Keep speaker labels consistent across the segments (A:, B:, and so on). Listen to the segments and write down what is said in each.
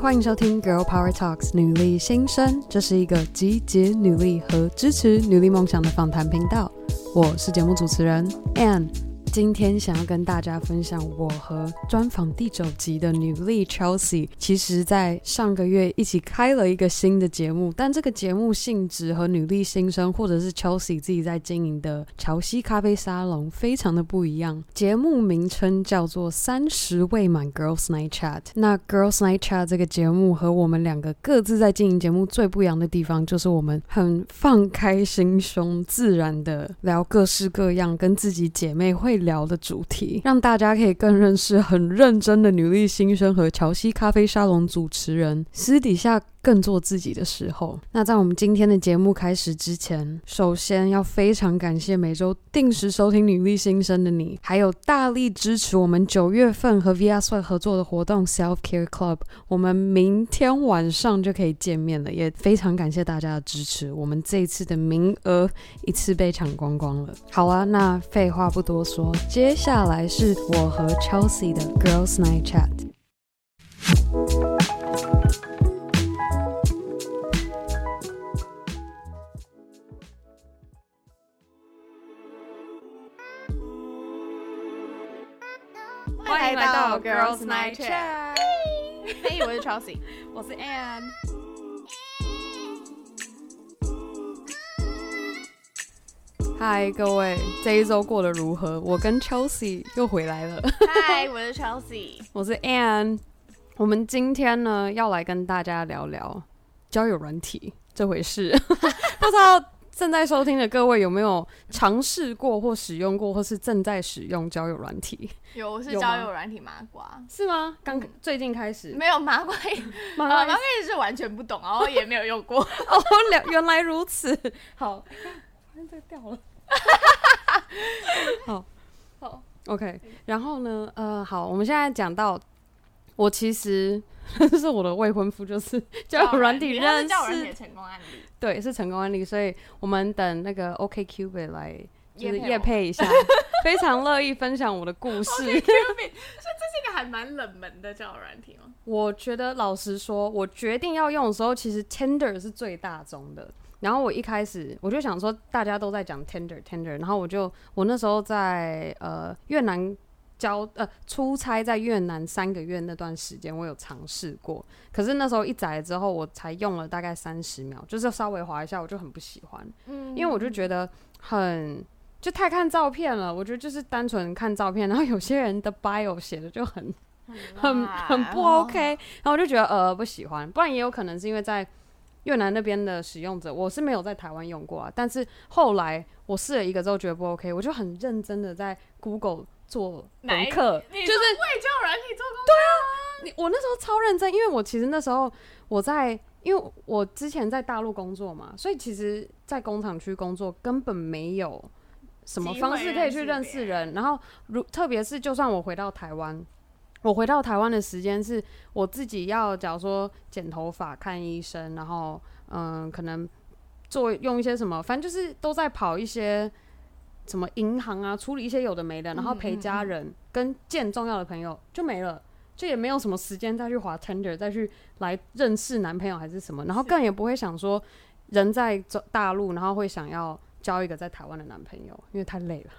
A: 欢迎收听 Girl Power Talks 女力新生，这是一个集结女力和支持女力梦想的访谈频道。我是节目主持人 Anne，今天想要跟大家分享我和专访第九集的女力 Chelsea，其实在上个月一起开了一个新的节目，但这个节目性质和女力新生或者是 Chelsea 自己在经营的乔西咖啡沙龙非常的不一样。节目名称叫做《三十未满 Girls Night Chat》。那 Girls Night Chat 这个节目和我们两个各自在经营节目最不一样的地方，就是我们很放开心胸、自然的聊各式各样跟自己姐妹会聊的主题，让大家可以更认识很认真的女力新生和乔西咖啡沙龙主持人私底下。更做自己的时候。那在我们今天的节目开始之前，首先要非常感谢每周定时收听《女力新生》的你，还有大力支持我们九月份和 VR s w a 合作的活动 Self Care Club。我们明天晚上就可以见面了，也非常感谢大家的支持。我们这一次的名额一次被抢光光了。好啊，那废话不多说，接下来是我和 Chelsea 的 Girls Night Chat。
B: 欢迎来到 Girls Night
C: Chat。嘿，
A: 哎
C: 我是 Chelsea，
B: 我是 Anne。
A: 嗨，各位，这一周过得如何？我跟 Chelsea 又回来了，
C: 嗨，我是 Chelsea。
A: 我是 Anne。我们今天呢，要来跟大家聊聊交友软体这回事。 不知道正在收听的各位有没有尝试过或使用过，或是正在使用交友软体？
C: 有，我是
A: 有吗
C: 交友软体麻瓜。
A: 是吗？刚最近开始？
C: 没有麻瓜 也，哦
A: 马
C: 麻
A: 上
C: 瓜也是完全不懂，然后也没有用过。
A: 啊哦，了，原来如此。好，这个掉了。好，
C: 好
A: ，OK。然后呢，呃，好，我们现在讲到，我其实 这是我的未婚夫，就是 交友软体
C: 交友
A: 认
C: 交友软体
A: 识
C: 的，成功案例。
A: 对，是成功案例。所以我们等那个 OK Cupid 来，就是
C: 叶
A: 夜
C: 佩
A: 配 一下，非常乐意分享我的故事。
C: 我，所以这是一个还蛮冷门的交友软体吗？
A: 我觉得老实说，我决定要用的时候，其实 Tender 是最大宗的。然后我一开始我就想说，大家都在讲 Tender Tender，然后我就我那时候在呃越南交呃出差在越南三个月那段时间，我有尝试过，可是那时候一载之后，我才用了大概三十秒，就是稍微滑一下，我就很不喜欢。
C: 嗯
A: 因为我就觉得很就太看照片了，我觉得就是单纯看照片，然后有些人的 bio 写的就很很
C: 辣
A: 很不
C: 哦
A: OK，然后我就觉得呃不喜欢，不然也有可能是因为在越南那边的使用者，我是没有在台湾用过啊，但是后来我试了一个之后觉得不 OK，我就很认真的在 Google 做
C: 哪
A: 功
C: 一
A: 课，
C: 你
A: 就是
C: 说为交友软体做 功课，
A: 你我那时候超认真，因为我其实那时候我在，因为我之前在大陆工作嘛，所以其实，在工厂区工作根本没有什么
C: 机
A: 方
C: 会
A: 式可以
C: 认
A: 去
C: 识
A: 认
C: 别
A: 识
C: 人
A: 人。然后，如特别是就算我回到台湾，我回到台湾的时间是我自己要，假如说剪头发、看医生，然后嗯，可能做用一些什么，反正就是都在跑一些什么银行啊，处理一些有的没的，然后
C: 嗯
A: 陪
C: 嗯
A: 家
C: 嗯
A: 人跟见重要的朋友就没了，就也没有什么时间再去滑 Tinder，再去来认识男朋友还是什么，然后
C: 是
A: 更也不会想说人在中大陆，然后会想要交一个在台湾的男朋友，因为太累了，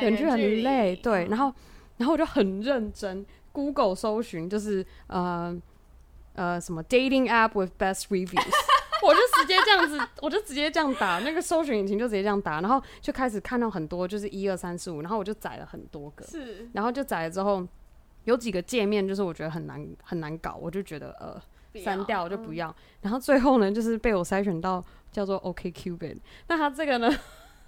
C: 对
A: 远距很累，对，然
C: 后
A: 后然后我就很认真 Google 搜寻，就是呃呃什么 dating app with best reviews。我 就直接这样子，我就直接这样打那个搜寻引擎，就直接这样打，然后就开始看到很多，就是一二三四五，然后我就载了很多个，
C: 是
A: 然后就载了之后，有几个界面就是我觉得很难很难搞，我就觉得呃删掉就不
C: 要。嗯
A: 要。然后最后呢，就是被我筛选到叫做 OK Cupid。那它这个呢，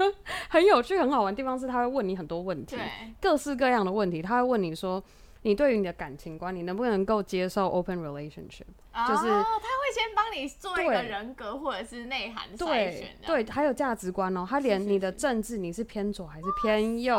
A: 很有趣、很好玩的地方是，它会问你很多问题，
C: 对，
A: 各式各样的问题。它会问你说，你对于你的感情观，你能不能够接受 open relationship？就是
C: 哦他会先帮你做一个
A: 对
C: 人格或者是内涵筛
A: 对
C: 选的，
A: 对，还有价值观哦，它连
C: 是
A: 你的
C: 是啊
A: 政治你是偏左还是偏右，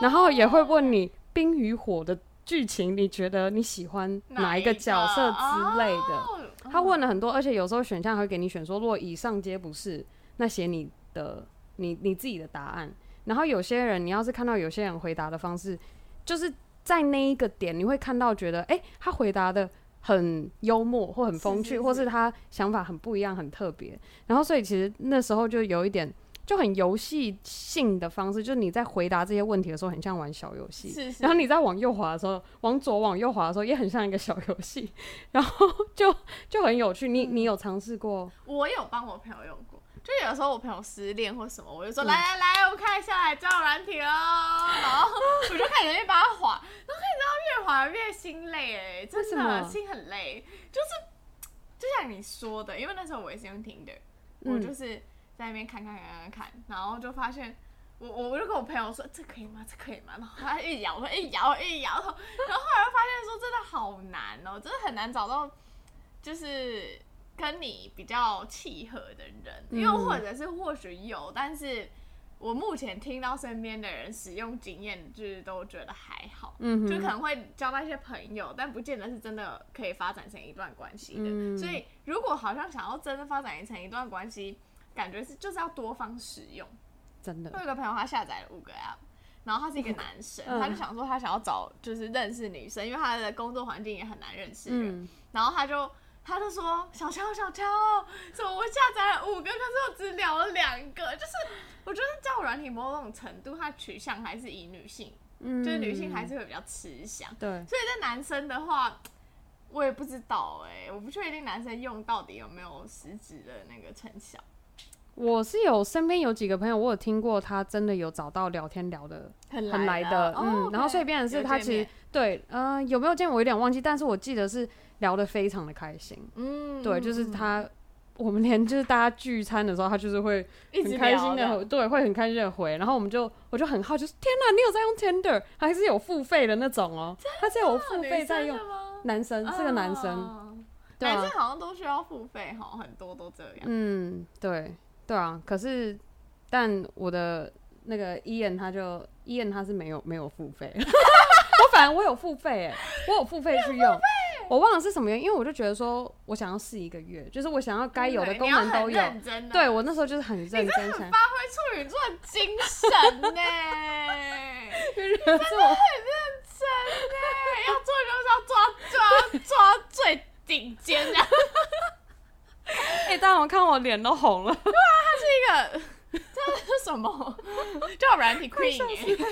A: 然后也会问你冰与火的。剧情你觉得你喜欢哪一个角色之类的？
C: 哦
A: 他问了很多，而且有时候选项还会给你选说，如果以上皆不是，那写你的你你自己的答案。然后有些人，你要是看到有些人回答的方式，就是在那一个点，你会看到觉得，哎、他回答的很幽默或很风趣，
C: 是是
A: 或是他想法很不一样、很特别。然后所以其实那时候就有一点就很游戏性的方式，就是你在回答这些问题的时候，很像玩小游戏。
C: 是是
A: 然，后你在往右滑的时候，往左往右滑的时候，也很像一个小游戏，然后就就很有趣。
C: 嗯
A: 你你有尝试过？
C: 我有帮我朋友用过。就有时候我朋友失恋或什么，我就
A: 嗯
C: 说、来来来，我们看一下来交友软体喽，哦 然后我就开始越帮他滑，然后你知道越滑越心累哎、欸，
A: 为
C: 真
A: 什么
C: 的心很累，就是就像你说的，因为那时候我也是用 Tinder，、我
A: 嗯
C: 就是在那边看看看看看，然后就发现我我我就跟我朋友说这可以吗？这可以吗？然后他一摇，我一摇一摇，然后然后后来发现说真的好难哦、真的很难找到就是跟你比较契合的人，
A: 嗯
C: 因为或者是或许有，但是我目前听到身边的人使用经验，就是都觉得还好。
A: 嗯哼，
C: 就可能会交到一些朋友，但不见得是真的可以发展成一段关系的。
A: 嗯
C: 所以，如果好像想要真的发展成一段关系，感觉是就是要多方使用。
A: 真的
C: 我有个朋友，他下载了五个 app，然后他是一个男生，
A: 嗯
C: 他就想说他想要找就是认识女生，因为他的工作环境也很难认识人。
A: 嗯，
C: 然后他就他就说小乔小乔，怎么我下载了五个，可是我只聊了两个？就是我觉得交友软体某种程度，它取向还是以女性，
A: 嗯
C: 就是女性还是会比较吃香。
A: 对，
C: 所以在男生的话，我也不知道哎、我不确定男生用到底有没有实质的那个成效。
A: 我是有身边有几个朋友，我有听过他真的有找到聊天聊的
C: 很哦
A: 很来的，嗯，然后所以变成是他其实对，呃，有没有见我有点忘记，但是我记得是聊得非常的开心，
C: 嗯，
A: 对，就是他。我们连就是大家聚餐的时候，他就是会
C: 一直
A: 很开心
C: 聊哦
A: 的，对，会很开心的回。然后我们就，我就很好奇，就是天哪，你有在用 Tinder，还是有付费的那种哦、他是有付费在用
C: 女生的，吗？
A: 男生是个男生，
C: 嗯
A: 对啊
C: 男生好像都需要付费哈，很多都这样。
A: 嗯，对，对啊。可是，但我的那个伊恩他就伊恩他是没有没有付费， 我反正我有付费哎，我有付费去用，我忘了是什么原因，因为我就觉得说我想要试一个月，就是我想要该有的
C: 对
A: 功
C: 你要
A: 能都有
C: 很。认真啊
A: 对我那时候就是很认
C: 你
A: 真
C: 真的
A: 想
C: 很，发挥处女座的精神呢、
A: 就是我
C: 真的、要做就是要抓抓抓到最顶尖 的。
A: 哎，大家我看我脸都红了，
C: 这个这是什么？叫软体 queen 耶、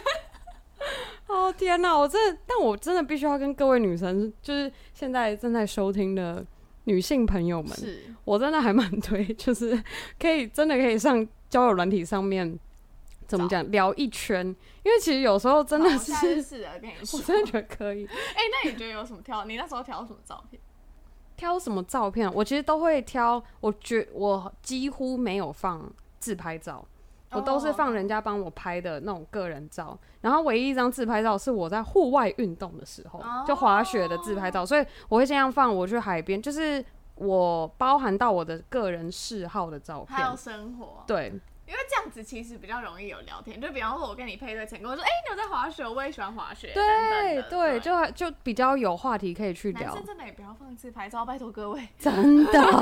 A: 哦天哪，我真的，但我真的必须要跟各位女生，就是现在正在收听的女性朋友们，
C: 是
A: 我真的还蛮推， 就是可以真的可以上交友软体上面怎么讲聊一圈，因为其实有时候真的
C: 好
A: 是
C: 下，次试了，跟你
A: 我
C: 说。
A: 真的觉得可以
C: 哎、那你觉得有什么挑？你那时候挑什么照片？
A: 挑什么照片，我其实都会挑，我觉我几乎没有放自拍照。我都是
C: 哦
A: 放人家帮我拍的那种个人照然后唯一一张自拍照是我在户外运动的时候
C: 哦
A: 就滑雪的自拍照，所以我会尽量放我去海边，就是我包含到我的个人嗜好的照
C: 还有
A: 片。
C: 生活，
A: 对，
C: 因为这样子其实比较容易有聊天。就比方说，我跟你配对成功，我说哎、你有在滑雪，我也喜欢滑雪，等等
A: 对
C: 的
A: 对，就还就比较有话题可以去
C: 男
A: 聊
C: 生，真的也不要放自拍照，拜托各 位，我
A: 真的
C: 真的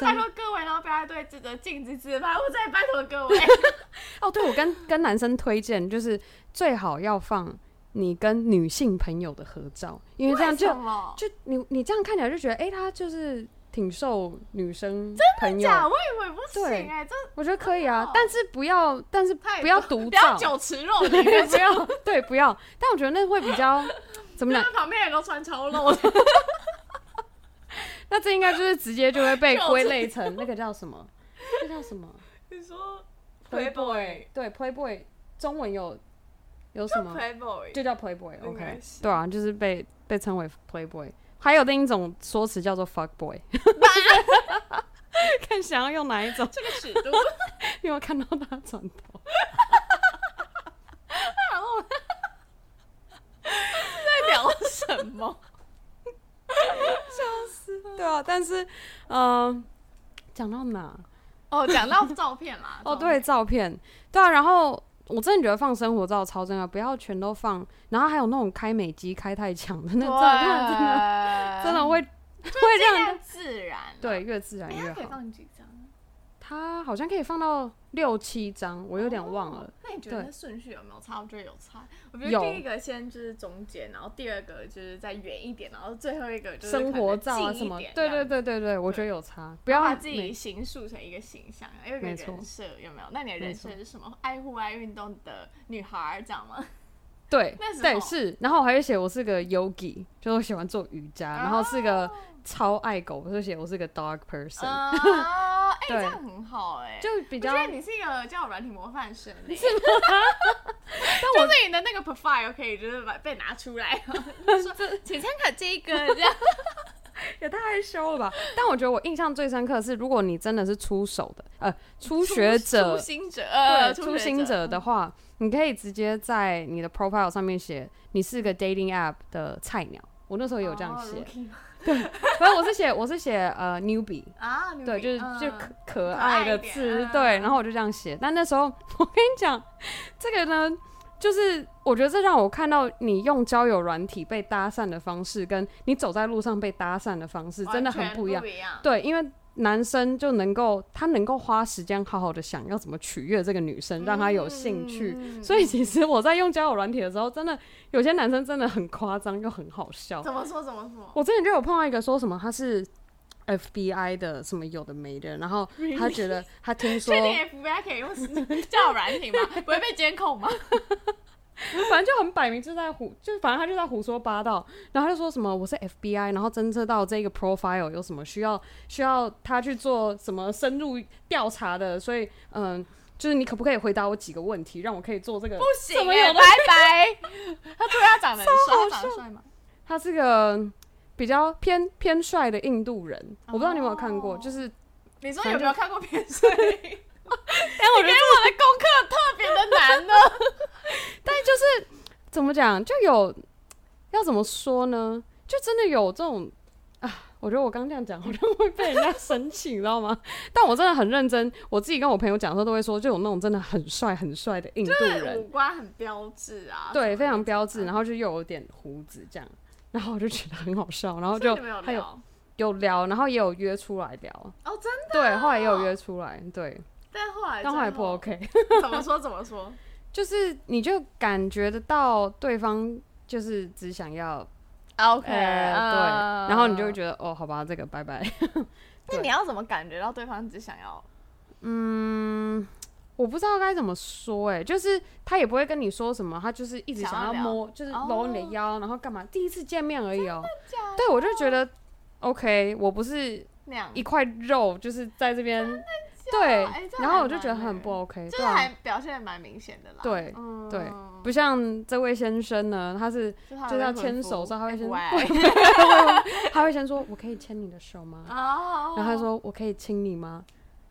C: 拜托各位，然后不要对着镜子自拍，我真的拜托各位。
A: 哦。对，我跟跟男生推荐，就是最好要放你跟女性朋友的合照， 因为这样就
C: 为什么
A: 就你你这样看起来就觉得，哎、他就是挺受女生朋友，
C: 假，我以为不行
A: 对
C: 哎、这
A: 我觉得可以
C: 哦
A: 啊。但是不要，但是
C: 太
A: 不要独
C: 不
A: 照，
C: 要酒池肉 林，
A: 对，不要，对，不要。但我觉得那会比较怎么
C: 因
A: 讲
C: 为？旁边人都穿超露 的。
A: 那这应该就是直接就会被
C: 就是
A: 归类成那个叫什么？那叫什么？
C: 你说
A: Playboy，对 Playboy 中文有有什么？
C: Playboy，
A: 就叫 Playboy，OK，、
C: 应
A: OK
C: 该是
A: 对啊，就是被被称为 Playboy。还有另一种说辞叫做 fuck boy，看想要用哪一种。
C: 这个尺度， 我
A: 因为我看到他转头，
C: 想说我在聊什 么？
A: 对啊，但是，嗯、讲到哪？
C: 哦，讲到照片啦，
A: 哦，
C: 照片
A: 对，，照片，对啊，然后我真的觉得放生活照超重要，不要全都放，然后还有那种开美机开太强的那照片，真的
C: 对
A: 真的会会
C: 尽
A: 让
C: 量自然啦，
A: 对越自然
C: 哎，
A: 越
C: 它可以
A: 好。
C: 放几张？啊
A: 它好像可以放到六七张，我有点忘了。
C: 哦那你觉得
A: 对
C: 那顺序有没有差？我觉得有差。我觉得
A: 有
C: 第一个先就是中间，然后第二个就是再远一点，然后最后一个就是
A: 生活照啊
C: 可能近
A: 什
C: 一
A: 么
C: 点，
A: 对
C: 这
A: 对
C: 样，
A: 对对对，我觉得有差，不
C: 不
A: 要
C: 把自
A: 每
C: 己形塑成一个形象，有一个
A: 没错
C: 人设有没有？那你的
A: 没
C: 人
A: 错
C: 设是什么？爱户外运动的女孩儿，这样吗？
A: 对
C: 那时
A: 对
C: 候
A: 是，然后我还会写我是个 yogi，就是我喜欢做瑜伽，然后是个超爱狗，我就写我是个 dog person，、
C: 啊，哎，
A: 对
C: 这样很好哎。
A: 就比
C: 我
A: 较
C: 觉得你是一个叫软体模范生欸， 是吗？就是你的那个 profile 可以就是把被拿 出来，然后就说请参考这一个这样。
A: 也太害羞了吧？但我觉得我印象最深刻的是，如果你真的是出手的，呃，初
C: 初
A: 学者
C: 初，心者，
A: 对，
C: 呃
A: 初心者的话，你可以直接在你的 profile 上面写你是个 dating app 的菜鸟。我那时候有这
C: 哦
A: 样写， 反正我是写我是写呃 newbie，
C: 啊，
A: 对，就是就可
C: 可
A: 可
C: 爱
A: 爱的
C: 一点
A: 字
C: 嗯，
A: 对，然后我就这样写。但那时候 我跟你讲，这个呢，就是我觉得这让我看到你用交友软体被搭讪的方式，跟你走在路上被搭讪的方式真的很不一样。
C: 不一样。
A: 对，因为男生就能够他能够花时间好好的想要怎么取悦这个女生，让她有兴趣。
C: 嗯
A: 所以其实我在用交友软体的时候，真的有些男生真的很夸张又很好笑。
C: 怎么说怎么说？
A: 我之前就有碰到一个说什么他是 FBI 的什么有的没的，然后他觉 得他听说
C: 确定 FBI 可以用叫软体吗？ 不会被监控吗？
A: 反正就很摆明就在胡，就是反正他就在胡说八道。然后他就说什么我是 FBI，然后侦测到这个 profile 有什么需要需要他去做什么深入调查的，所以嗯，就是你可不可以回答我几个问题，让我可以做这个？
C: 不 行
A: 怎么
C: 欸，
A: 有的
C: 拜拜。他突然要长得很帅，他长得帅吗？
A: 他是个比较偏偏帅的印度人，我不知道你有没有看过，
C: 哦
A: 就是
C: 你说有没有看过偏 帅？但我觉
A: 哎觉
C: 得我的功课特别的难呢。
A: 怎么讲，就有要怎么说呢？就真的有这种啊，我觉得我刚这样讲好像会被人家生气，你知道吗？ 但我真的很认真，我自己跟我朋友讲的时候都会说，就有那种真的很帅很帅的印度
C: 对，
A: 人，
C: 啊五官很标致啊。
A: 对，非常
C: 标。
A: 标致，然后就又有点胡子这样，然后我就觉得很好 笑，然后
C: 所
A: 就
C: 以你们有
A: 还有
C: 聊
A: 有聊，然后也有约出来聊，
C: 哦，哎真的。
A: 对，后来也有约出来，对，
C: 但后来
A: 但后来不
C: 最
A: OK，
C: 怎么说怎么说？
A: 就是你就感觉得到对方就是只想要
C: OK，
A: 哎
C: 嗯
A: 对，然后你就会
C: 得，
A: 觉得哦，好吧，这个拜 拜。
C: 那你要怎么感觉到对方只想要？
A: 嗯，我不知道该怎么说、哎，就是他也不会跟你说什么，他就是一直
C: 想
A: 想要
C: 要聊
A: 摸，就是
C: 哦
A: 搂你的腰，然后干嘛？第一次见面而已哦、对，我就觉得 OK，我不是
C: 那样
A: 一块肉，就是在这边对
C: 哎这，样
A: 然后
C: 还
A: 我就觉得
C: 蛮
A: 很不
C: 欸
A: OK，
C: 就
A: 对
C: 是
A: 啊
C: 还，表现得蛮明显的啦。
A: 对
C: 嗯
A: 对不像这位先生呢，他是就
C: 就是
A: 要牵手之后
C: 哎
A: 他会先
C: 先
A: 他会先说我可以牵你的手吗？
C: 哦，
A: 然后他说我可以亲你吗？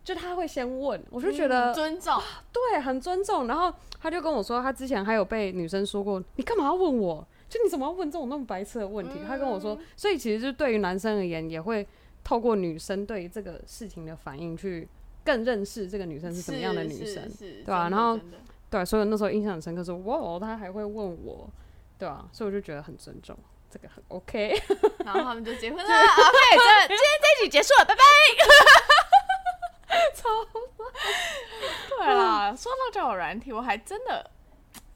A: 就他会先问，我
C: 我
A: 就觉得
C: 嗯尊重，
A: 对，很尊重。然后他就跟我说，他之前还有被女生说过，你干嘛要问我？就你怎么要问这种那么白痴的问题？他跟我
C: 嗯
A: 说，所以其实就对于男生而言，也会透过女生对于这个事情的反应去更认识这个女生 是什么样的女生。
C: 对
A: 对啊然后
C: 真的
A: 对，所以我那时候印象很深刻说哇，哦他还会问我，对啊，所以我就觉得很尊重，这个很 OK。
C: 然后他们就结婚了。OK，这今天这一集结束了， 拜拜。超对啦，说到交友软体，我还真的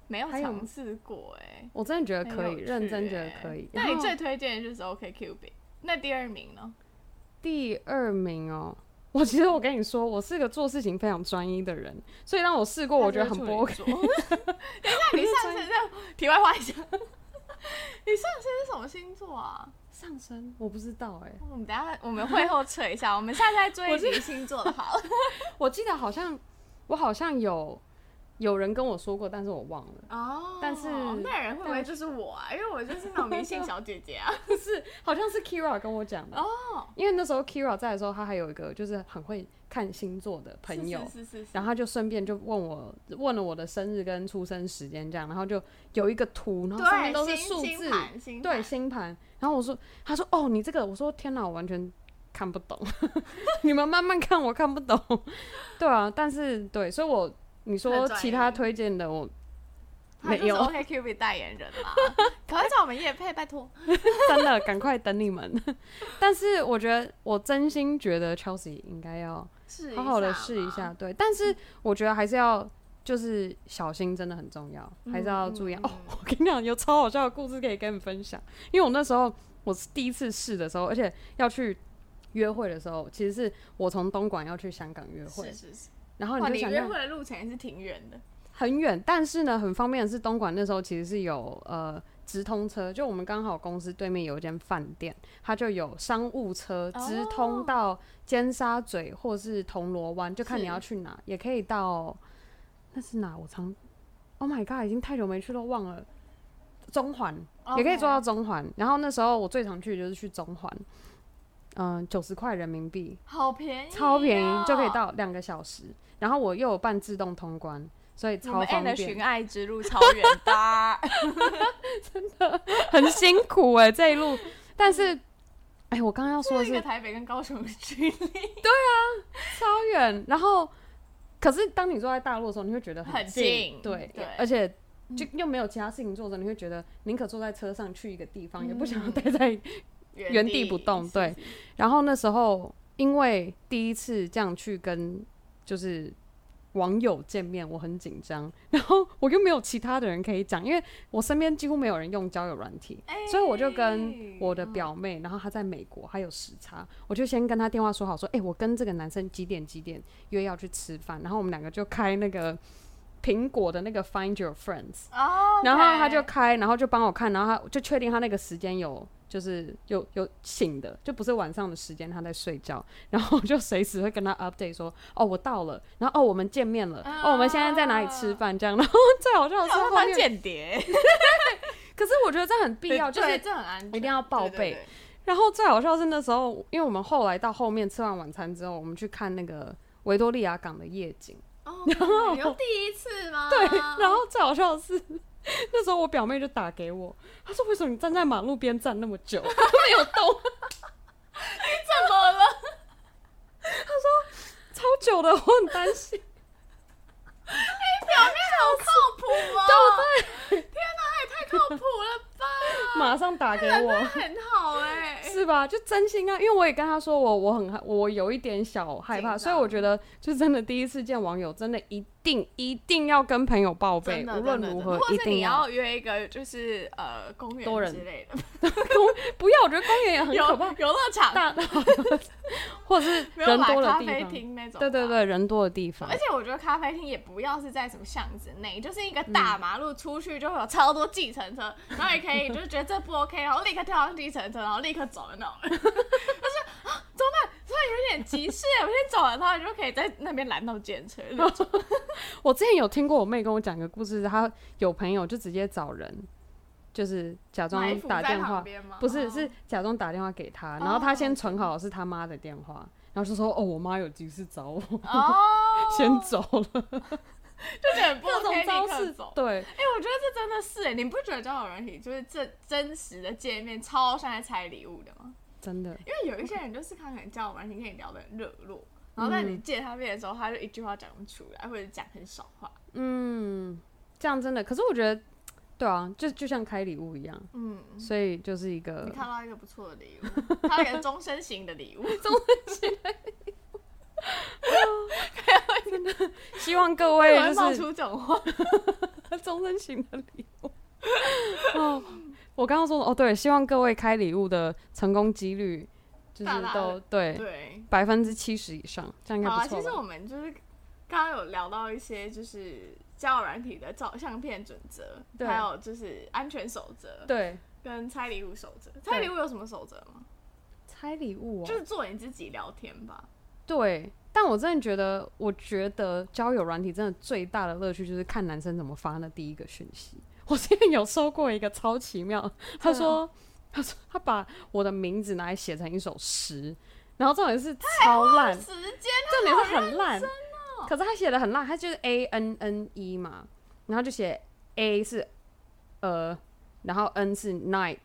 C: 没有
A: 还有
C: 尝试过哎、
A: 我真的觉得
C: 很
A: 可
C: 有
A: 以，认
C: 趣
A: 真觉得
C: 欸
A: 可以。
C: 那
A: 然
C: 你
A: 后
C: 最推荐的就是 OK Cupid，那第二名呢？
A: 第二名哦，我其实我跟你说，我是个做事情非常专一的人，所以让我试过，我觉得很不 OK。
C: 等一下，你上升在题外话一下，你上升是什么星座啊？
A: 上升我不知道哎、
C: 我们等一下我们会后扯一下，我们下次再追一集星座的好了。
A: 我记得好像我好像有有人跟我说过，但是我忘了，
C: 哦
A: 但是
C: 那人会不会就是我啊？因为我就是那种迷信小姐姐啊。
A: 不 是，好像是 Kira 跟我讲的
C: 哦，
A: 因为那时候 Kira 在的时候，他还有一个就是很会看星座的 朋友，
C: 是是是是是
A: 然后他就顺便就问我问了我的生日跟出生时间这样，然后就有一个图，然后上面
C: 对，
A: 都是
C: 星
A: 数
C: 星
A: 字，
C: 盘星
A: 对
C: 盘
A: 星盘。然后我说，他说哦，你这个，我说天哪，我完全看不懂， 你们慢慢看，我看不懂。 对啊，但是对，所以我你说
C: 很专
A: 其他
C: 业
A: 推荐的我
C: 他就
A: 没
C: 是
A: 有
C: OK Cupid 代言人 啦，赶快叫我们叶配，拜托。
A: 真的，赶快等你们。 但是我觉得，我真心觉得 Chelsea 应该要
C: 试一下
A: 好
C: 嗯嘛
A: 好的试一下，，对。但是我觉得还是要就是小心，真的很重要，还是要注意。
C: 嗯
A: 哦，我跟你讲，有超好笑的故事可以跟你分享。因为我那时候我是第一次试的时候，而且要去约会的时候，其实是我从东莞要去香港约会
C: 嗯是，是是。
A: 然后
C: 哇，
A: 你就
C: 你
A: 想
C: 约
A: 象
C: 会的路程也是挺远的，
A: 很远，但是呢，很方便的是，东莞那时候其实是有呃直通车，就我们刚好公司对面有一间饭店，它就有商务车直
C: 哦
A: 通到尖沙咀或是铜锣湾，就看你
C: 是
A: 要去哪，也可以到那是哪？我常 Oh my god，已经太久没去了，忘了中环也可以坐到中环。然后那时候我最常去的就是去中环，嗯、九十块人民币，
C: 好便宜哦，
A: 超便宜，就可以到两个小时。然后我又有办自动通关，所以
C: 我
A: 超
C: 们 a
A: 方
C: 的寻
A: 便，
C: 爱之路超远的，
A: 很辛苦哎、这一路。但是， 哎、我刚刚要 说
C: 这
A: 的
C: 是
A: 是
C: 一个台北跟高雄的距离，
A: 超远，然后可是当你坐在大陆的时候，你会觉得
C: 很
A: 近，
C: 近
A: 对，嗯
C: 对
A: 而且。就又没有其他事情做的时候，你会觉得宁可坐在车上去一个地方，也不想要待在原地不动
C: 是
A: 对，
C: 是
A: 然后那时候因为第一次这样去跟就是网友见面，我很紧张，然后我又没有其他的人可以讲，因为我身边几乎没有人用交友软体。
C: 哎
A: 所以我就跟我的
C: 嗯
A: 表妹，然后她在美国，还有时差，我就先跟她电话说好，说，哎、我跟这个男生几点几点约要去吃饭，然后我们两个就开那个苹果的那个 Find Your Friends，
C: 哦，
A: 然后他就开，然后就帮我看，然后他就确定他那个时间有，就是有有醒的，就不是晚上的时间他在睡觉，然后我就随时会跟他 update 说，哦我到了，然后哦我们见面了，哦我们现在在
C: 啊
A: 哪里吃饭这样， 然后最好笑的是
C: 他
A: 后
C: 当
A: 面，
C: 间谍，
A: 可是我觉得这很必要，就
C: 对
A: 是
C: 这很安全，
A: 一定要报
C: 对
A: 备。然后最好笑是那时候，因为我们后来到后面吃完晚餐之后，我们去看那个维多利亚港的夜景。
C: 对对哦，你又第一次吗？
A: 对，然后最好笑的是， 那时候我表妹就打给我，她说：“为什么你站在马路边站那么久都没有动？
C: 怎么了？
A: 超久的，我很担 心。
C: 表面好靠谱 吗？对天哪，他也太靠谱了吧！”
A: 马上打给
C: 人 真的
A: 我，
C: 很好哎、
A: 是吧？就真心啊，因为我也跟她说我我很害，我有一点小害怕，
C: 紧张
A: 所以我觉得就真的第一次见网友，真的一定一定要跟朋友报备，
C: 真的
A: 无论
C: 真的
A: 如
C: 真的
A: 何
C: 或
A: 一
C: 者
A: 定
C: 你要约一个就是呃公园
A: 多人
C: 之类的，
A: 不要，我觉得公园 也很
C: 游
A: 可怕，
C: 游乐场
A: 大或者是
C: 没有
A: 人
C: 啦
A: 多的
C: 咖
A: 地
C: 啡
A: 方。
C: 厅那种，
A: 对对。对，人多的地方
C: 而，且我觉得咖啡厅也不要是在什么巷子内，就是一个大马路出去就会有超多计程车，然后也可以就是觉得这不 OK，然后立刻跳上计程车，然后立刻走的那种 人。就是啊，怎么办？突然有点急事，我先走了，然后你就可以在那边拦到计程车。
A: 我之前有听过我妹跟我讲一个故事，她有朋友就直接找人，就是假
C: 埋
A: 装
C: 伏
A: 打
C: 在
A: 电
C: 旁
A: 话，
C: 边吗
A: 不是
C: 哦
A: 是假装打电话给她，然后她先存好是她妈的电话，然后就说哦我妈有急事找我，
C: 哦，
A: 先走 了，
C: 就很不
A: 各种
C: OK，
A: 招
C: 立刻
A: 式
C: 走。
A: 对，
C: 哎、我觉得这真的是哎，你不觉得交友软体就是这真实的界面超像在拆礼物的吗？
A: 真的
C: 因为有一些人就是看能交友软体跟你聊得很热络，然后在你见他面的时候，他就一句话讲不出来，或者讲很少话。
A: 嗯，这样真的，可是我觉得对啊，就就像开礼物一样，
C: 嗯，
A: 所以就是一个
C: 你看到一个不错的礼物，嗯 他一个终身型的礼物，
A: 希望各
C: 我
A: 位
C: 会
A: 就
C: 冒
A: 是
C: 出这种话。
A: 终身型的礼物。 哦，我刚刚说哦，对，希望各位开礼物的成功几率就是
C: 大大
A: 都对
C: 对，
A: 百分之七十以上，这样应
C: 好
A: 该
C: 啊，
A: 不
C: 其实
A: 错吧。
C: 我们就是刚刚有聊到一些就是交友软体的照相片准则，
A: 对
C: 还有就是安全守则，
A: 对，
C: 跟拆礼物守则。拆礼物有什么守则吗？
A: 拆礼物
C: 就
A: 哦，
C: 是做你自己聊天吧。
A: 对。但我真的觉得，我觉得交友软体真的最大的乐趣就是看男生怎么发那第一个讯息。我之前有收过一个超奇妙，他说，他说他把我的名字拿来写成一首诗，然后重点是超烂，
C: 时间
A: 重点是很烂，
C: 哦
A: 可是他写的很烂，他就是 A N N E 嘛，然后就写 A 是呃，然后 N 是 night，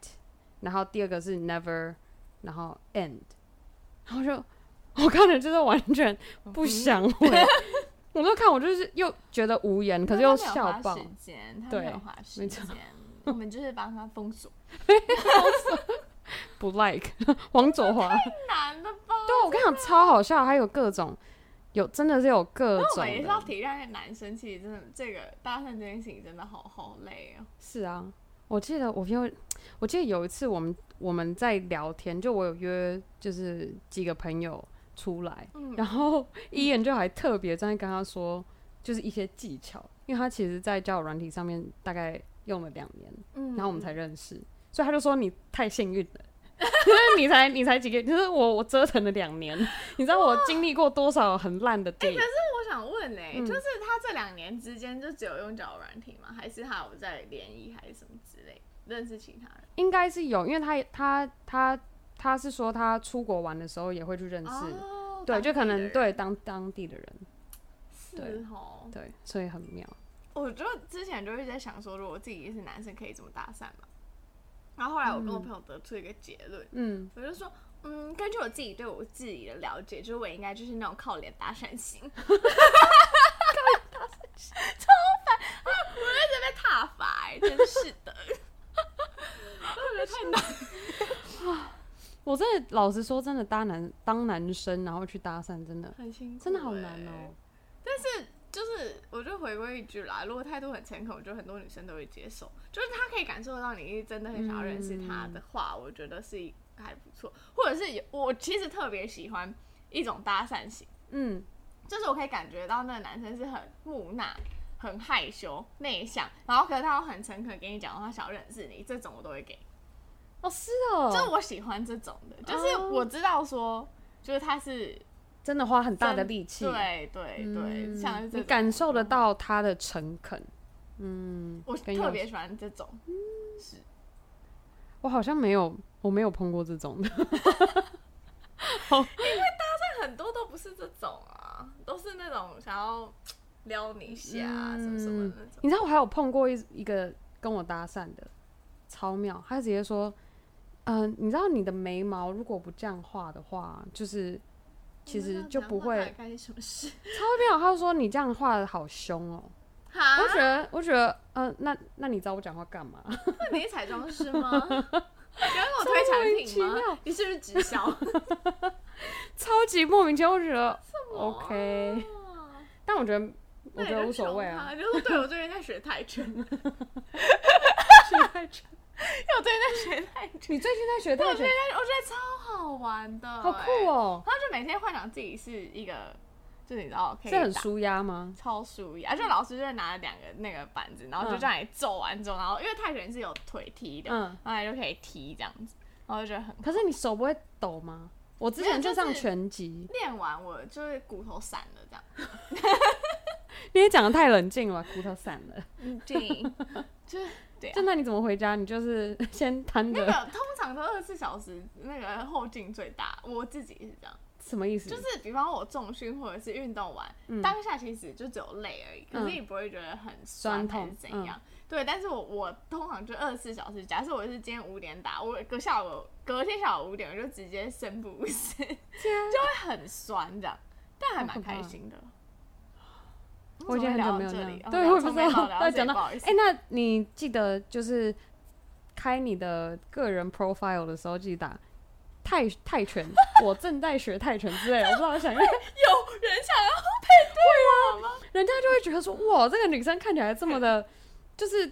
A: 然后第二个是 never，然后 end，然后就我看了就是完全不想回，我就看我就是又觉得无言，可是又
C: 他没有花
A: 笑爆
C: 时，间，他
A: 对
C: 没有花时
A: 没
C: 间
A: 错，
C: 我们就是帮他封锁，
A: 不 like 黄左华。
C: 难的吧？
A: 对，啊我跟你讲超好笑，还有各种有真的是有各
C: 那我
A: 种
C: 们也是要
A: 的，
C: 体谅男生，其实真的这个搭讪这件事情真的好好累哦。
A: 是啊。我记得我因为我记得有一次我们我们在聊天，就我有约就是几个朋友出来，
C: 嗯，
A: 然后伊人就还特别在跟他说，就是一些技巧，因为他其实在交友软体上面大概用了两年，
C: 嗯
A: 然后我们才认识，所以他就说你太幸运了。 就是你才你才几个，就是我我折腾了两年，你知道我经历过多少很烂的 d a
C: 哎那我想问呢、欸
A: 嗯
C: 就是他这两年之间就只有用交友软体吗？还是他有在联谊还是什么之类认识其他人？
A: 应该是有，因为他他他他是说他出国玩的时候也会去认识，
C: 哦
A: 对，
C: 当
A: 就可
C: 地的
A: 能
C: 人
A: 对当当地的人，对
C: 是哦。
A: 对，所以很妙。
C: 我就之前就一直在想说，如果自己是男生，可以怎么搭讪嘛？然后后来我跟我朋友得出一个结论，
A: 嗯，
C: 我就说，嗯，根据我自己对我自己的了解，就是我应该就是那种靠脸搭讪 型，靠脸搭讪型，超烦，啊我一直被踏伐、欸，真是的。我觉得太难，
A: 我真的老实说，真的搭男当男生然后去搭讪，真的
C: 很辛苦、欸
A: 真的好难哦、。
C: 但是就是，我就回归一句啦，如果态度很诚恳，我觉得很多女生都会接受。就是她可以感受到你真的很想要认识她的话，我觉得是一还不错。或者是有我其实特别喜欢一种搭讪型，
A: 嗯，
C: 就是我可以感觉到那个男生是很木讷、很害羞、内向，然后可是他又很诚恳跟你讲，他想要认识你，这种我都会给。
A: 哦是哦，
C: 就是我喜欢这种的，就是我知道说，就是他是
A: 真的花很大的力气，
C: 对对对，
A: 嗯
C: 像是这
A: 你
C: 种
A: 感受得到他的诚恳。嗯，
C: 我
A: 跟有
C: 特别喜欢这种，是
A: 我好像没有，我没有碰过这种的。
C: 但很多都不是这种啊，都是那种想要撩你一下、啊、什么什么的那种。
A: 你知道我还有碰过一一个跟我搭讪的，超妙，他直接说，嗯、你知道你的眉毛如果不这样画的话，就是
C: 嗯
A: 其实就不会
C: 我不知道讲话到底干些什么事
A: 超妙。他就说你这样画的好凶哦、
C: 哈，
A: 我觉得我觉得，嗯、那那你找我讲话干嘛？
C: 那 你是彩妆师 吗？你要跟我推产品
A: 莫名其
C: 吗
A: 妙？
C: 你是不是直销？
A: 超级莫名其妙，我觉得 OK，
C: 啊
A: 但我觉得我
C: 那
A: 觉
C: 你就
A: 得无所谓啊，
C: 凶他。就是对我最近在学泰拳， 因为我最 近在学泰拳，
A: 你最近在学
C: 我
A: 泰
C: 觉得
A: 拳，
C: 我觉得超好玩的、
A: 好酷
C: 哦！
A: 哦、
C: 然后就每天幻想自己是一个，就是你知道，可以
A: 这很
C: 打
A: 舒压吗？
C: 超舒压，就老师就会拿了两个那个板子，然后就
A: 嗯
C: 叫你揍完之后，然后因为泰拳是有腿踢的，
A: 嗯
C: 然后你就可以踢这样子，然后就觉得很。
A: 可是你手不会抖吗？我之
C: 没有
A: 前
C: 就
A: 就是上拳击，
C: 练完我就是骨头散了这样，
A: 你也讲的太冷静了吧，骨头散了。
C: 嗯，对， 就是对啊
A: 就，那你怎么回家？你就是 先摊
C: 那
A: 着
C: 个，通常都二十四小时那个后劲最大，我自己是这样，
A: 什么意思？
C: 就是比方我重训或者是运动完，
A: 嗯
C: 当下其实就只有累而已，可
A: 嗯
C: 是你不会觉得很酸
A: 酸
C: 还
A: 痛嗯
C: 是怎样。对，但是我我通常就二十四小时，假设我是今天五点打，我隔下午隔天下午五点我就直接生不如 死，就会很酸这样，但还蛮开心的。
A: 我已经很久没有
C: 这
A: 那
C: 里
A: 样，，
C: 哦
A: 对，
C: 聊
A: 我也不
C: 从
A: 知
C: 眉毛
A: 道
C: 聊
A: 要
C: 这里
A: 讲
C: 不
A: 到。
C: 好意思
A: 哎，，那你记得就是开你的个人 profile 的时候，记得打泰泰拳，我正在学泰拳之类的。我不知道想，因为
C: 有人想要
A: 啊
C: 配对我吗？
A: 人家就会觉得说，哇，这个女生看起来这么的，就是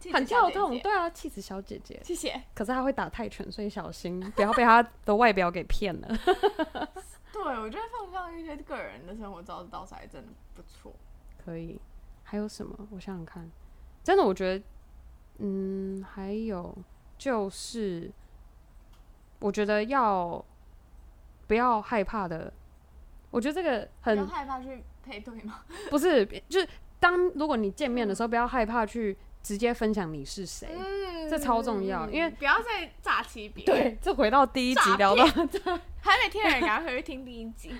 C: 谢谢
A: 很
C: 小
A: 跳
C: 姐
A: 动，
C: 姐，
A: 对啊，气质小姐姐。
C: 谢谢。
A: 可是她会打泰拳，所以小心，不要被她的外表给骗了。
C: 对，我觉得放上一些个人的生活照到时还真的不错。
A: 可以，还有什么？我想想看，真的，我觉得，嗯，还有就是，我觉得要不要害怕的，我觉得这个
C: 不要
A: 很
C: 害怕去配对吗？
A: 不是，就是当如果你见面的时候，不要害怕去直接分享你是谁。
C: 嗯
A: 这超重要因为
C: 不要再诈欺别人。
A: 对，这回到第一集
C: 诈
A: 聊到，
C: 还没听的人，赶快回去听第一集。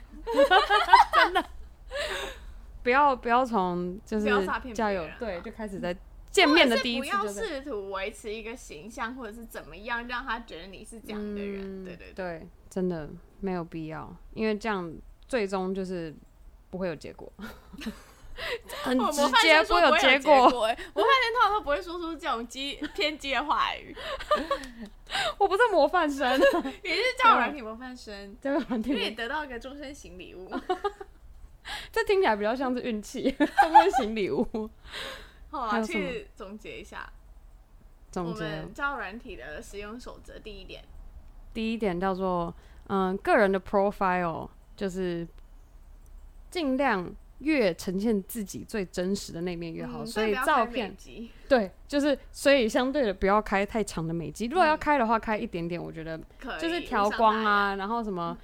A: 不要不要从就
C: 不
A: 是
C: 要诈骗别
A: 加油
C: 人，
A: 对，
C: 啊
A: 就开始在 见面的第一次
C: 或
A: 就
C: 者是不要
A: 在
C: 试图维持一个形象，或者是怎么样，让他觉得你是这样的人。
A: 嗯
C: 对对对，
A: 对，真 的没有必要，因为这样最终就是不会有结果。
D: 很
C: 我
D: 直
C: 哦模范
D: 接，
C: 生说
D: 有
C: 不会
D: 结
C: 有
D: 果。
C: 果欸。模范生通常都不会说出这种激偏激的话语，
D: 我不是模范 生，
C: 你是叫软体模范生，
D: 这个蛮
C: 因
D: 听
C: 为你得到一个终身型 礼物，
D: 这听起来比较像是运气，像是行礼物。
C: 好
D: 还
C: 啊，
D: 有什么
C: 去总结一下
A: 总
C: 我
A: 结
C: 们交友软体的使用守则。第一点，
A: 第一点叫做，嗯，个人的 profile 就是尽量越呈现自己最真实的那面越好，
C: 嗯
A: 所
C: 但
A: 以
C: 不要
A: 照
C: 开美
A: 片
C: 肌
A: 对，就是所以相对的不要开太长的美肌，如果要
C: 嗯
A: 开的话，开一点点，我觉得
C: 可以
D: 就是
A: 调光，啊，然后什么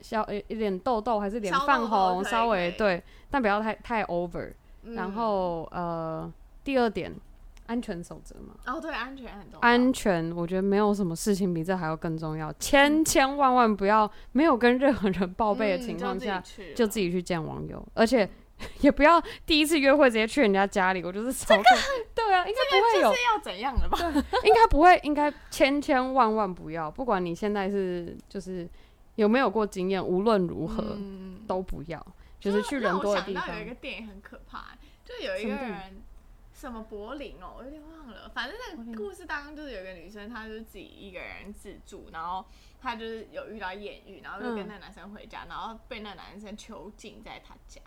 A: 小呃一点痘痘还是脸
C: 小
A: 泛
C: 痘痘
A: 红，
C: 可以
A: 稍微
C: 可以
A: 对，但不要太太 over。
C: 无伤大雅
A: 然
C: 嗯
A: 后呃，第二点，安全守则嘛，
C: 哦对，安全很重要，
A: 安全，我觉得没有什么事情比这还要更重要，千千万万不要没有跟任何人报备的情况下
C: 嗯，就自己去了
A: 就自己去见网友，而且。 也不要第一次约会直接去人家家里，我就是超看。对啊，应该不会有
C: 这是要怎样的吧？
A: 应该不会，应该千千万万不要，不管你现在是就是有没有过经验，无论如何、
C: 嗯哦
A: 都不要，就是去人
C: 让
A: 多
C: 我
A: 的
C: 想
A: 地
C: 到
A: 方。
C: 有一个电影很可怕，就有一
A: 什
C: 个
A: 么电影
C: 人什么柏林哦，我有点忘了。反正那个故事当中就是有一个女生，她就是自己一个人自助，然后她就是有遇到艳遇，然后
A: 嗯
C: 就跟那男生回家，然后被那男生囚禁在他家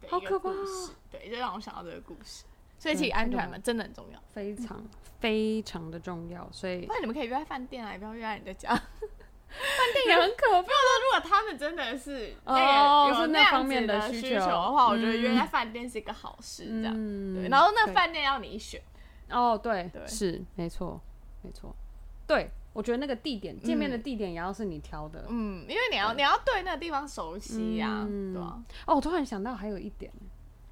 C: 的
A: 好
C: 一
A: 可
C: 个
A: 怕哦
C: 故事。对，就让我想到这个故事。所以其实安全嘛，真的很重要。
A: 非常非常的重要，所以
C: 不然你们可以约在饭店啊，也不要约在你的家。
D: 这也很可怕。
C: 如果他们真的是那
D: 哦
C: 个有
D: 是那
C: 那样
D: 方面
C: 子
D: 的
C: 的
D: 需
C: 需
D: 求
C: 的话，我觉得约
D: 嗯
C: 在饭店是一个好事，这样。
A: 嗯
C: 对，然后那
A: 对
C: 饭店要你选，
A: 哦，对，
C: 对
A: 是没错，没错，对我觉得那个地点见面的地点也要是你挑的。
C: 嗯，因为你要你要对那个地方熟悉呀、
A: 嗯
C: 对啊，
A: 哦，我突然想到还有一点，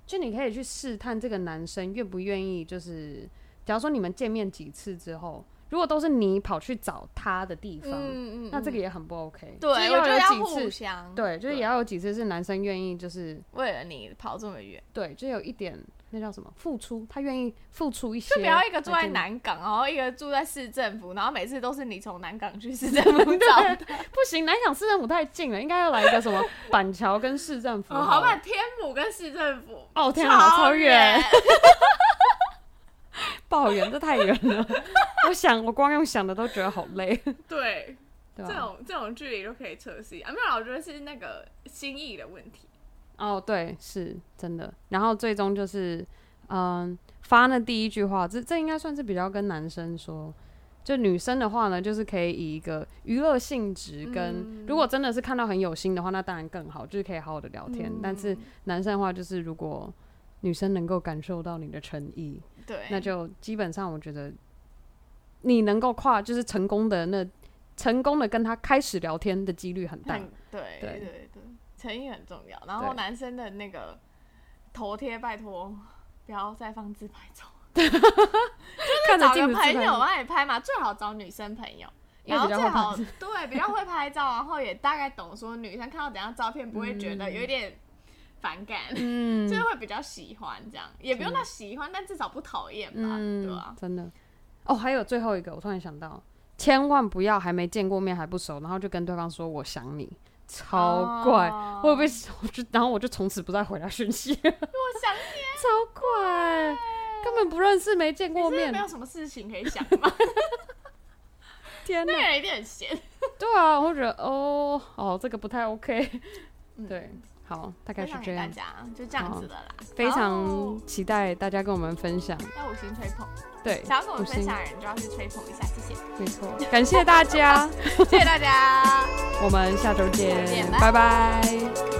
A: 就你可以去试探这个男生愿不愿意，就是假如说你们见面几次之后，如果都是你跑去找他的地方，
C: 嗯
A: 那这个也很不 OK。
C: 对，
A: 就是
C: 我觉得要
A: 要有
C: 互
A: 几次，
C: 相，
A: 对，就是也要有几次是男生愿意，就是
C: 为了你跑这么远，
A: 对，就有一点那叫什么付出，他愿意付出一些，
C: 就不要一个住在，南港，然后一个住在市政府，然后每次都是你从南港去市政府找 的，
A: 不行，南港市政府太近了，应该要来一个什 么板桥跟市政府
C: 哦，
A: 好
C: 好
A: 了。
C: 吧，天母跟市政府，
A: 哦天啊，
C: 好
A: 超
C: 远
A: 远，，抱怨这太远了。 我想，我光用想的都觉得好累，对
C: 对，这
A: 吧、
C: 种这种距离都可以测试啊，没有啦，我觉得是那个心意的问题，
A: 哦，对，是真的。然后最终就是，嗯，发那第一句话，这这应该算是比较跟男生说。就女生的话呢，就是可以以一个娱乐性质跟，
C: 嗯
A: 如果真的是看到很有心的话，那当然更好，就是可以好好的聊
C: 嗯
A: 天。但是男生的话，就是如果女生能够感受到你的诚意，
C: 对，
A: 那就基本上我觉得你能够跨，就是成功的那成功的跟他开始聊天的几率很大。
C: 很对
A: 对
C: 对对对，诚意很重要。然后
A: 对
C: 男生的那个头贴，拜托不要再放自拍 照，
A: 看着
C: 找
A: 镜
C: 个
A: 子
C: 朋
A: 自
C: 友
A: 拍，
C: 帮你拍嘛，最好找女生朋友。
A: 因为
C: 然后
A: 比较
C: 最
A: 会拍
C: 好对比较会拍照，然后也大概懂说女生看到怎样照片不会 觉得有一点反感，
A: 嗯
C: 就是会比较喜欢这样，也不用到喜欢，但至少不讨厌吧，对吧、
A: 嗯，真的。哦，还有最后一个，我突然想到，千万不要还没见过面还不熟，然后就跟对方说我想你，超怪。
C: 哦
A: 我会被， 我就然后我就从此不再回他讯息，超
C: 我 想你
A: 怪，根本不认识，没见过
C: 是不是
A: 面
C: 没，有什么事情可以 想吗？
A: 天哪
C: 那！个人一定很闲。
A: 对啊，我会觉得哦哦，这个不太 OK。对，好，大概
C: 嗯
A: 是这
C: 分享给大
A: 样，
C: 家，哦就这样
A: 好
C: 子的啦。
A: 非
C: 然后
A: 常期待大家跟我们分享。
C: 要五星吹捧，
A: 对，
C: 想要跟我
A: 五
C: 们分
A: 星
C: 享的人就要去吹捧一下，谢谢，
A: 没错，感谢大家，
C: 谢谢大家。
A: 我们下周见
C: 下周见，
A: 拜拜